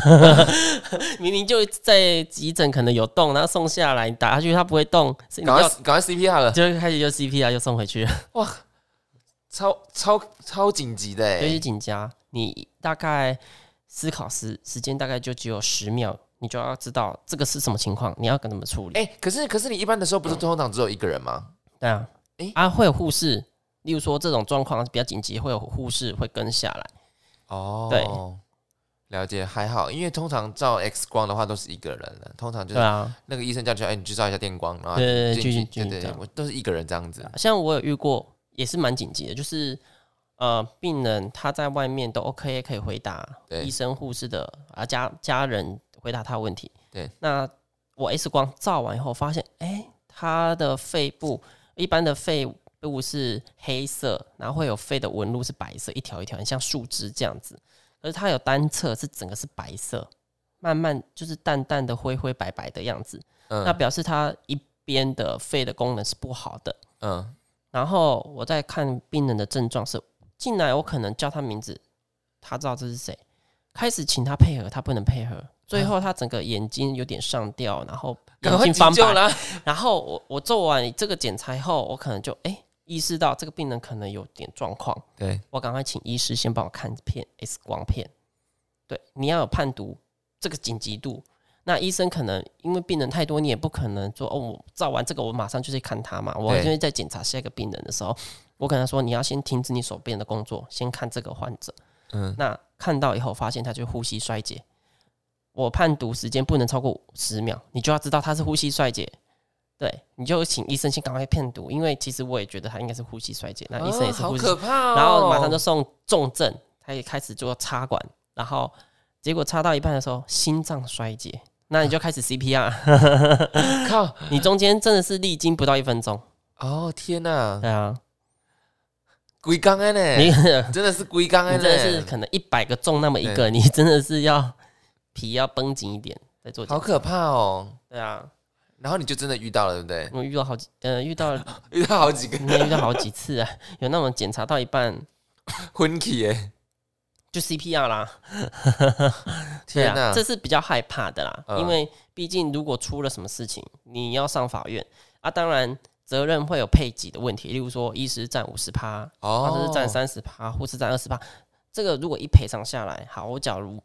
C: 明明就在急诊可能有动，然后送下来，你打下去它不会动，所以 你
B: 赶快
C: 要
B: 赶快 CPR 了，
C: 就开始就 CPR 又送回去了。
B: 超超超紧急的
C: 尤其
B: 欸，
C: 紧加，你大概思考时时间大概就只有十秒，你就要知道这个是什么情况，你要跟他们处理。
B: 哎、可是可是你一般的时候不是通常只有一个人吗？
C: 对啊，
B: 诶
C: 啊会有护士，例如说这种状况比较紧急，会有护士会跟下来。
B: 哦，
C: 对，
B: 了解，还好，因为通常照 X 光的话都是一个人了，通常就
C: 对
B: 是
C: 啊，
B: 那个医生叫你去，哎、你去照一下电光，然后
C: 对对
B: 进
C: 对
B: 去
C: 进去
B: 对
C: 这
B: 对
C: 样，
B: 我都是一个人这样子，
C: 啊像我有遇过，也是蛮紧急的，就是呃，病人他在外面都 OK 可以回答
B: 对
C: 医生、护士的啊家家人回答他的问题。
B: 对，
C: 那我 X 光照完以后发现，哎、他的肺部一般的肺部是黑色，然后会有肺的纹路是白色，一条一条，很像树枝这样子。可是它有单侧是整个是白色，慢慢就是淡淡的灰灰白白的样子，那
B: 嗯
C: 表示它一边的肺的功能是不好的。
B: 嗯，
C: 然后我在看病人的症状是，进来我可能叫他名字，他知道这是谁，开始请他配合，他不能配合，最后他整个眼睛有点上吊，然后
B: 嗯 赶
C: 眼
B: 快
C: 睛
B: 急
C: 翻
B: 救
C: 白，
B: 啦！
C: 然后我我做完这个检查以后，我可能就哎、意识到这个病人可能有点状况，
B: 对，
C: 我赶快请医师先帮我看片 X 光片。对，你要有判读这个紧急度。那医生可能因为病人太多，你也不可能说哦，我照完这个我马上就去看他嘛。我
B: 对
C: 因为在检查下一个病人的时候，我可能说你要先停止你手边的工作，先看这个患者。
B: 嗯
C: 那看到以后发现他就呼吸衰竭，我判读时间不能超过十秒，你就要知道他是呼吸衰竭。对，你就请医生先赶快判读，因为其实我也觉得他应该是呼吸衰竭，那医生也是
B: 哦好
C: 呼吸
B: 可怕哦，
C: 然后马上就 送重症，他也开始做插管，然后结果插到一半的时候心脏衰竭，那你就开 始 CPR，
B: 靠，
C: 你中间真的是历经不到一分钟，
B: 哦天哪，
C: 对啊，
B: 龟缸哎
C: 你
B: 呢，
C: 你真
B: 真的是龟缸哎呢，
C: 的是可能一百个中那么一个，你真的是要皮要绷紧一点再做检
B: 好
C: 查，
B: 可怕哦。
C: 对啊，
B: 然后你就真的遇到了，对不对？
C: 我遇到好几呃遇到了
B: 遇到好几个
C: 应该遇到好几次啊，有那种检查到一半
B: 婚期哎，
C: 就 CPR 啦。对
B: 天
C: 啊，
B: 哪
C: 这！是比较害怕的啦，
B: 嗯
C: 因为毕竟如果出了什么事情，你要上法院啊，当然责任会有配给的问题，例如说医师占五十趴，或者
B: 哦
C: 是占三十趴，护士占二十趴，这个如果一赔偿下来，好，我假如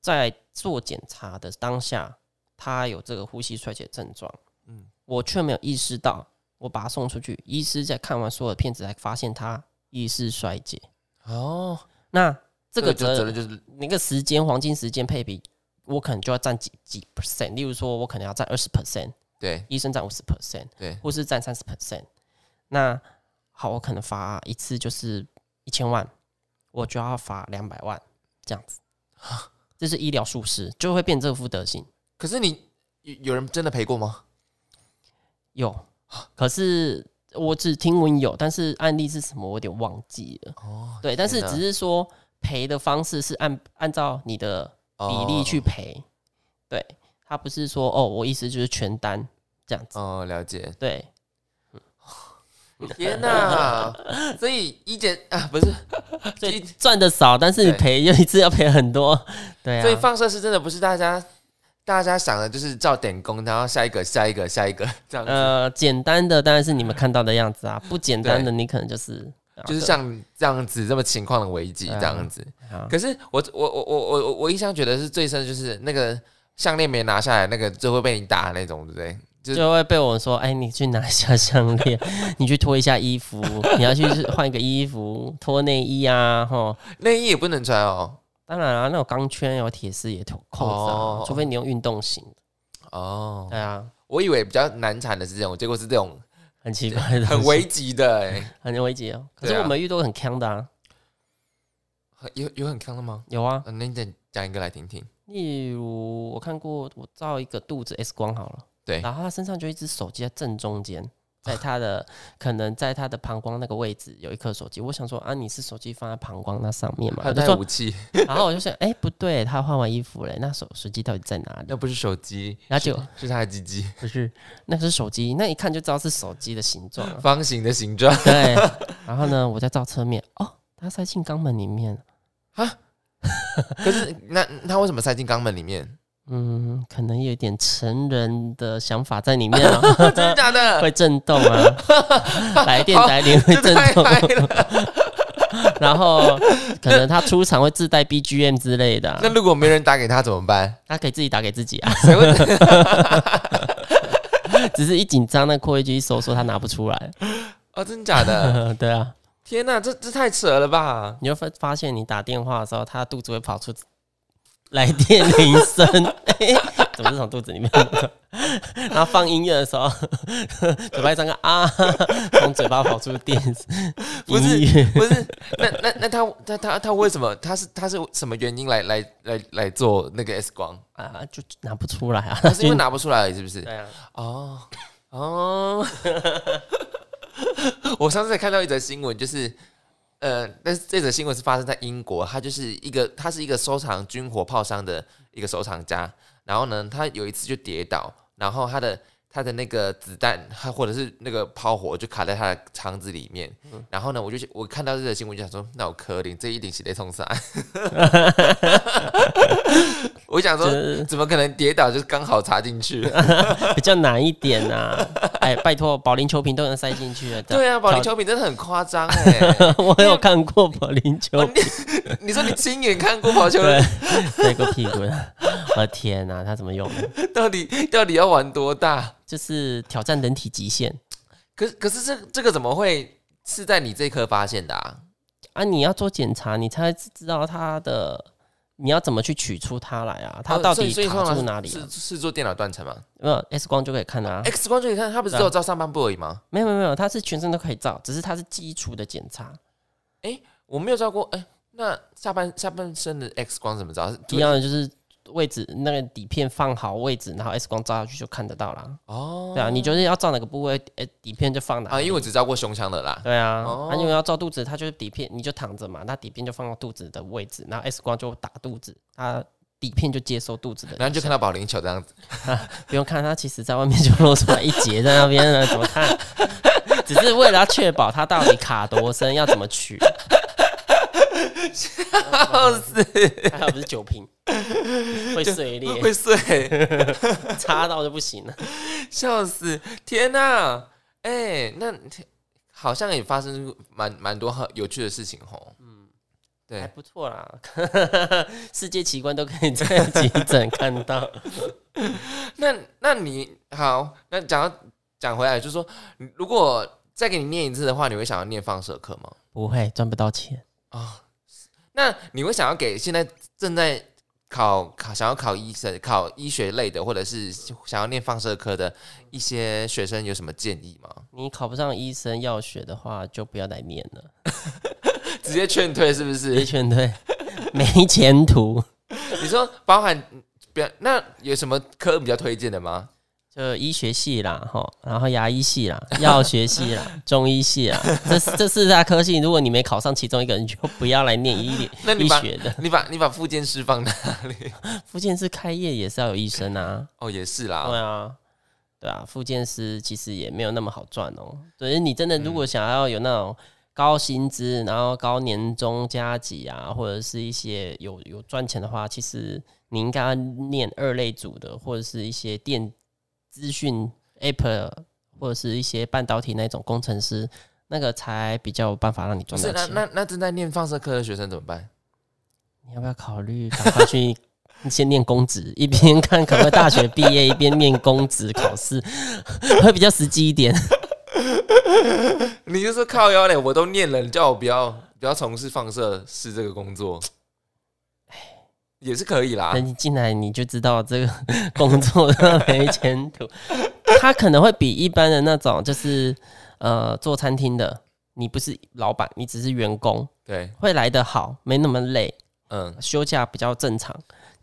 C: 在做检查的当下，他有这个呼吸衰竭症状，
B: 嗯
C: 嗯，我却没有意识到，我把他送出去，医师在看完所有的片子才发现他意识衰竭，
B: 哦，
C: 那这个
B: 就
C: 责
B: 责
C: 任
B: 任就是
C: 那个时间黄金时间配比，我可能就要占几几 percent，例如说我可能要占二十 percent，
B: 对
C: 医生占五十 percent，
B: 对
C: 护士占三十 percent。那好，我可能罚一次就是一千万，我就要罚两百万这样子。 这是医疗疏失，就会变这个负德性。
B: 可是你有有人真的赔过吗？
C: 有，可是我只听闻有，但是案例是什么我有点忘记了。
B: 哦，
C: 对，但是
B: 天哪
C: 只是说赔的方式是按按照你的
B: 哦
C: 比例去赔。对，他不是说哦，我意思就是全单这样子。
B: 哦，哦了解。
C: 对，
B: 天哪！所以一姐啊，不是，
C: 所以
B: 一
C: 赚的少，但是你
B: 对
C: 赔又一次要赔很多。 对啊，
B: 所以放射师真的不是大家大家想的，就是照点工，然后下一个下一个下一个这样子，
C: 呃，简单的当然是你们看到的样子啊，不简单的你可能就是
B: 就是像这样子这么情况的危机这样子。
C: 啊
B: 可是我我我我我我印象觉得是最深的就是那个项链没拿下来，那个就会被你打的那种，对不对？就是
C: 就会被我说，哎，你去拿一下项链， 你去脱一下衣服，你要去换一个衣服，脱内衣啊，吼。
B: 内衣也不能穿哦。
C: 当然啊，那种钢圈有铁丝也扣扣子啊，
B: 哦
C: 除非你用运动型的。
B: 哦，
C: 对啊，
B: 我以为比较难缠的是这种，结果是这种
C: 很奇怪的东西，
B: 很危急的、欸，
C: 很危急哦。可是
B: 对啊
C: 我们遇到很强的啊，
B: 有有很坑的吗？
C: 有啊，
B: 嗯、那你再讲一个来听听。
C: 例如我看过，我照一个肚子 X 光好了，
B: 对
C: 然后他身上就一只手机在正中间，在他的 可能在他的膀胱那个位置有一颗手机，我想说啊，你是手机放在膀胱那上面嘛？
B: 还
C: 我
B: 有
C: 就
B: 带
C: 说，
B: 武器，
C: 然后我就想，哎、不对，他换完衣服嘞，那手手机到底在哪里
B: 那？不是手机，
C: 然后就是
B: 他的鸡鸡，。
C: 不是，那是手机，那一看就知道是手机的形状、啊
B: 方形的形状。
C: 对，然后呢，我再照侧面，哦，他塞进肛门里面了，
B: 可是那他为什么塞进肛门里 面？
C: 嗯，可能有一点成人的想法在里面 啊。
B: 真的假的？
C: 会震 动啊，来电来铃会
B: 这
C: 震
B: 太
C: 动，
B: 嗨了！
C: 然后可能他出场会自带 BGM 之类的啊、
B: 那如果没人打给他怎么办？
C: 他可以自己打给自己啊，
B: 谁会？
C: 只是一紧张，那扩音机一搜索他拿不出 来，
B: 哦，真的假的？
C: 对啊，
B: 天哪，这这太扯了 吧！
C: 你就发发 现你打电话的时候，他肚子会跑出来电铃声，哎、怎么是从肚子里面？然后放音乐的时候， 嘴巴一张开啊，从嘴巴跑出电子
B: 不是
C: 音乐。
B: 不是，那那那他他他他为什么他是他是什么原因来来来来做那个 X 光？
C: 啊，就拿不出来啊，
B: 他是因为拿不出来而已，是不是？
C: 对啊，
B: 哦哦， 我上次才看到一则新闻，就是呃，但是这则新闻是发生在英国，他就是一个他是一个收藏军火炮伤的一个收藏家，然后呢，他有一次就跌倒，然后他的他的那个子弹，他或者是那个炮火就卡在他的肠子里面，然后呢，我就我看到这则新闻就想说，那我柯林这一定是得冲杀，我想说
C: 就是
B: 怎么可能跌倒就是刚好插进去。
C: 比较难一点呐、啊。哎，拜托，保龄球瓶都能塞进去了。
B: 对啊，保龄
C: 挑，
B: 球瓶真的很夸张哎！
C: 我有看过保龄球
B: 哦， 你你说你亲眼看过保球
C: 对， 塞过屁股的。 我的天哪、他怎么用的？
B: 到底到底要玩多大？
C: 就是挑战人体极限
B: 可可是这这个怎么会是在你这一刻发现的啊？
C: 啊！你要做检查，你才知道它的。你要怎么去取出它来啊？它
B: 哦
C: 到
B: 所
C: 底
B: 以所以通
C: 卡
B: 常
C: 住哪里、啊
B: 是？哎是做电脑断层吗
C: 没有 X 光就可以看啊。
B: ？X 光就可以看，它不是只有照上半部而已吗？
C: 没有没有没有，它是全身都可以照，只是它是基础的检查，
B: 我没有照过，哎、那下半下半身的 X 光怎么照？
C: 一样的就是位置那个底片放好位置，然后 X 光照下去就看得到啦。
B: 哦，
C: 对啊，你就是要照哪个部位，哎、底片就放哪里。
B: 啊，因为我只照过胸腔的啦。
C: 对啊，
B: 哦
C: 啊，因为要照肚子，它就是底片，你就躺着嘛，那底片就放到肚子的位置，然后 X 光就打肚子，它底片就接收肚子的，
B: 然后就看到保龄球这样子，
C: 不用看它，其实在外面就露出来一截在那 边了，怎么看？只是为了要确保它到底卡多深，要怎么取，还好不是酒瓶，会碎裂，
B: 会碎。
C: 插到就不行了。
B: 笑死！天哪、哎、那好像也发生蛮蛮多很有趣的事情吼。嗯，对，
C: 还不错啦， 世界奇观都可以在急诊看到。
B: 那那你好，那讲到讲回来，就是说，如果再给你念一次的话，你会想要念放射课吗？
C: 不会赚不到钱，
B: 啊、那你会想要给现在正在考考想要考医生、考医学类的，或者是想要念放射科的一些学生有什么建议吗？
C: 你考不上医生药学的话，就不要来念 了。
B: 直接劝退是不是
C: 别？劝退，没前途。
B: 你说包含不要那有什么科比较推荐的 吗？
C: 就医学系啦，哈，然后牙医系 啦，药学系啦，中医系啦，这这四大科系，如果你没考上其中一个，你就不要来念 医
B: 那
C: 医
B: 你把
C: 学的。
B: 你把你把附件师放哪里？
C: 复健师开业也是要有医生啊，
B: 哦，也是啦
C: 对。啊，对啊，复健师其实也没有那么好赚哦。所以你真的如果想要有那种高薪资，然后高年终加级啊，或者是一些有有赚钱的话，其实你应该要念二类组的，或者是一些电资讯 app，或者是一些半导体那种工程师，那个才比较有办法让你
B: 不
C: 赚到
B: 是，那
C: 钱。
B: 那那正在念放射科的学生怎么办？
C: 你要不要考虑赶快去先念公职，一边看可不可以大学毕业，一边念公职考试， 会比较实际一点。
B: 你就说靠腰嘞，我都念了，你叫我不要不要从事放射师这个工作，也是可以啦
C: 那。你进来你就知道这个 工作的没前途，他可能会比一般的那种就是呃做餐厅的，你不是老板，你只是员工，
B: 对，
C: 会来得好，没那么累，
B: 嗯，
C: 休假比较正常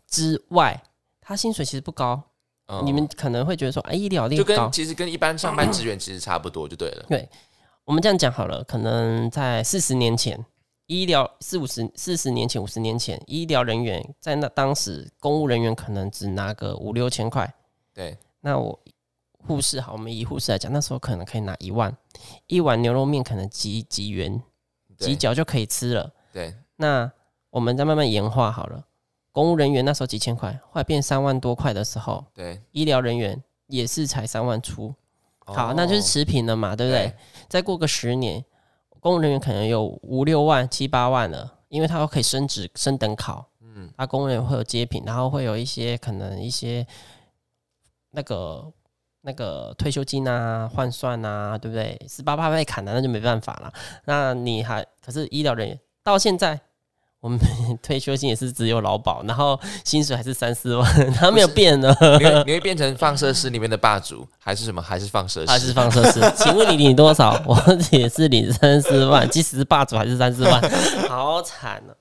C: 之外。他薪水其实不高，
B: 嗯
C: 你们可能会觉得说，哎，医疗力
B: 就
C: 高
B: 跟，其实跟一般上班职员其实差不多就对 了。
C: 我们这样讲好了，可能在四十年前，医疗四五十、四十年前、五十年前，医疗人员在那当时，公务人员可能只拿个五六千块。
B: 对，
C: 那我护士好，我们以护士来讲，那时候可能可以拿一万，一碗牛肉面可能几几元、几
B: 对，
C: 角就可以吃了。
B: 对，
C: 那我们再慢慢演化好了，公务人员那时候几千块，后来变三万多块的时候，
B: 对。
C: 医疗人员也是才三万出，好，
B: 哦
C: 那就是持平了嘛，对不对？再过个十年，公务人员可能有五六万、七八万了，因为他都可以升职、升等考，
B: 嗯，
C: 他公务人员会有阶品，然后会有一些可能一些那个那个退休金啊、换算啊，对不对？十八八被砍了，那就没办法了。那你还可是医疗人员到现在，我们 退休金也是只有劳保，然后薪水还是三四万，他没有变呢，
B: 你会你会变成放射师里面的霸主，还是什么？还是放射
C: 还
B: 师？
C: 是放射师。请问你领多少？我也是领三四万，即使是霸主还是三四万，好惨啊！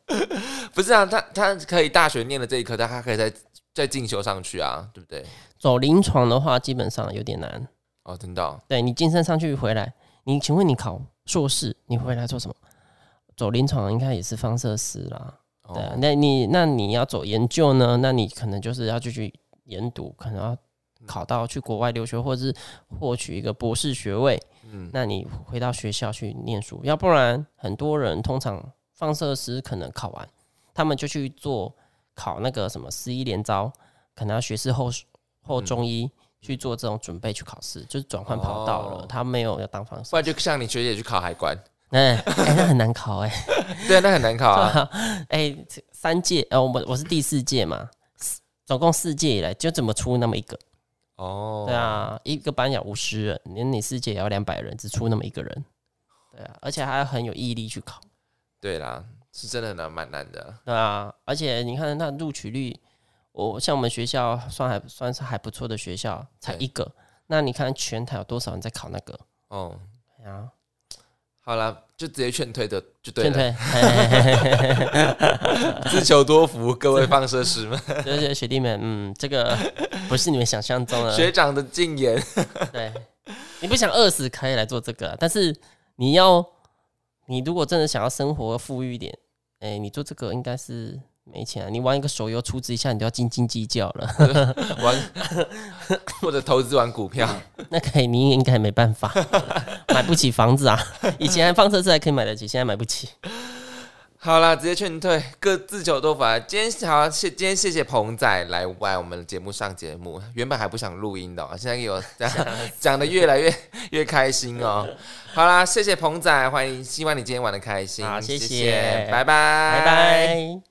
B: 不是啊，他他可以大学念了这一科，但他可以再再进修上去啊，对不对？
C: 走临床的话，基本上有点难。
B: 哦，真的哦、
C: 对你晋升上去回来，你请问你考硕士，你回来做什么？走临床应该也是放射师啦。
B: 哦
C: 对啊，那你那你要走研究呢？那你可能就是要继续研读，可能要考到去国外留学，或者是获取一个博士学位。
B: 嗯，
C: 那你回到学校去念书，要不然很多人通常放射师可能考完，他们就去做考那个什么四医联招，可能要学士后后中医、去做这种准备去考试，就是转换跑道了。
B: 嗯哦
C: 他没有要当放射
B: 不，然就像你学姐去考海关，
C: 哎、哎那很难考哎、
B: 对啊，那很难考 啊。
C: 哎、这三届呃，我们我是第四届嘛，四总共四届以来就怎么出那么一个？
B: 哦，
C: 对，啊，一个班要五十人，连你世界也要两百人，只出那么一个人。对啊，而且还要很有毅力去考。
B: 对啦，是真的很难，蛮难的。
C: 对啊，而且你看那录取率，我像我们学校算还算是还不错的学校，才
B: 对
C: 一个。那你看全台有多少人在考那个？
B: 哦，
C: 对啊，
B: 好啦，就直接劝退的就对
C: 对
B: 了，
C: 对，嘿嘿嘿嘿嘿
B: 自求多福，各位放射 师们，
C: 就是学弟们，嗯，这个不是你们想象中
B: 学
C: 的。
B: 长的禁言。
C: 对，你不想饿死可以来做这个啊，但是你要，你如果真的想要生活富裕一点，哎、你做这个应该是没钱啊。你玩一个手游充值一下，你都要斤斤计较了，
B: 玩或者投资玩股票，
C: 那可以，你应该没办 法，买不起房子啊。以前放射式还可以买得起，现在买不起。
B: 好啦，直接劝退，各自求多福啊。今天好，谢今天谢谢鹏仔来来我们的节目上节目，原本还不想录音的、哦，现在有 讲的越来越越开心哦。好啦，谢谢鹏仔，欢迎，希望你今天玩的开心，
C: 好谢谢
B: 拜拜，拜。
C: 拜拜。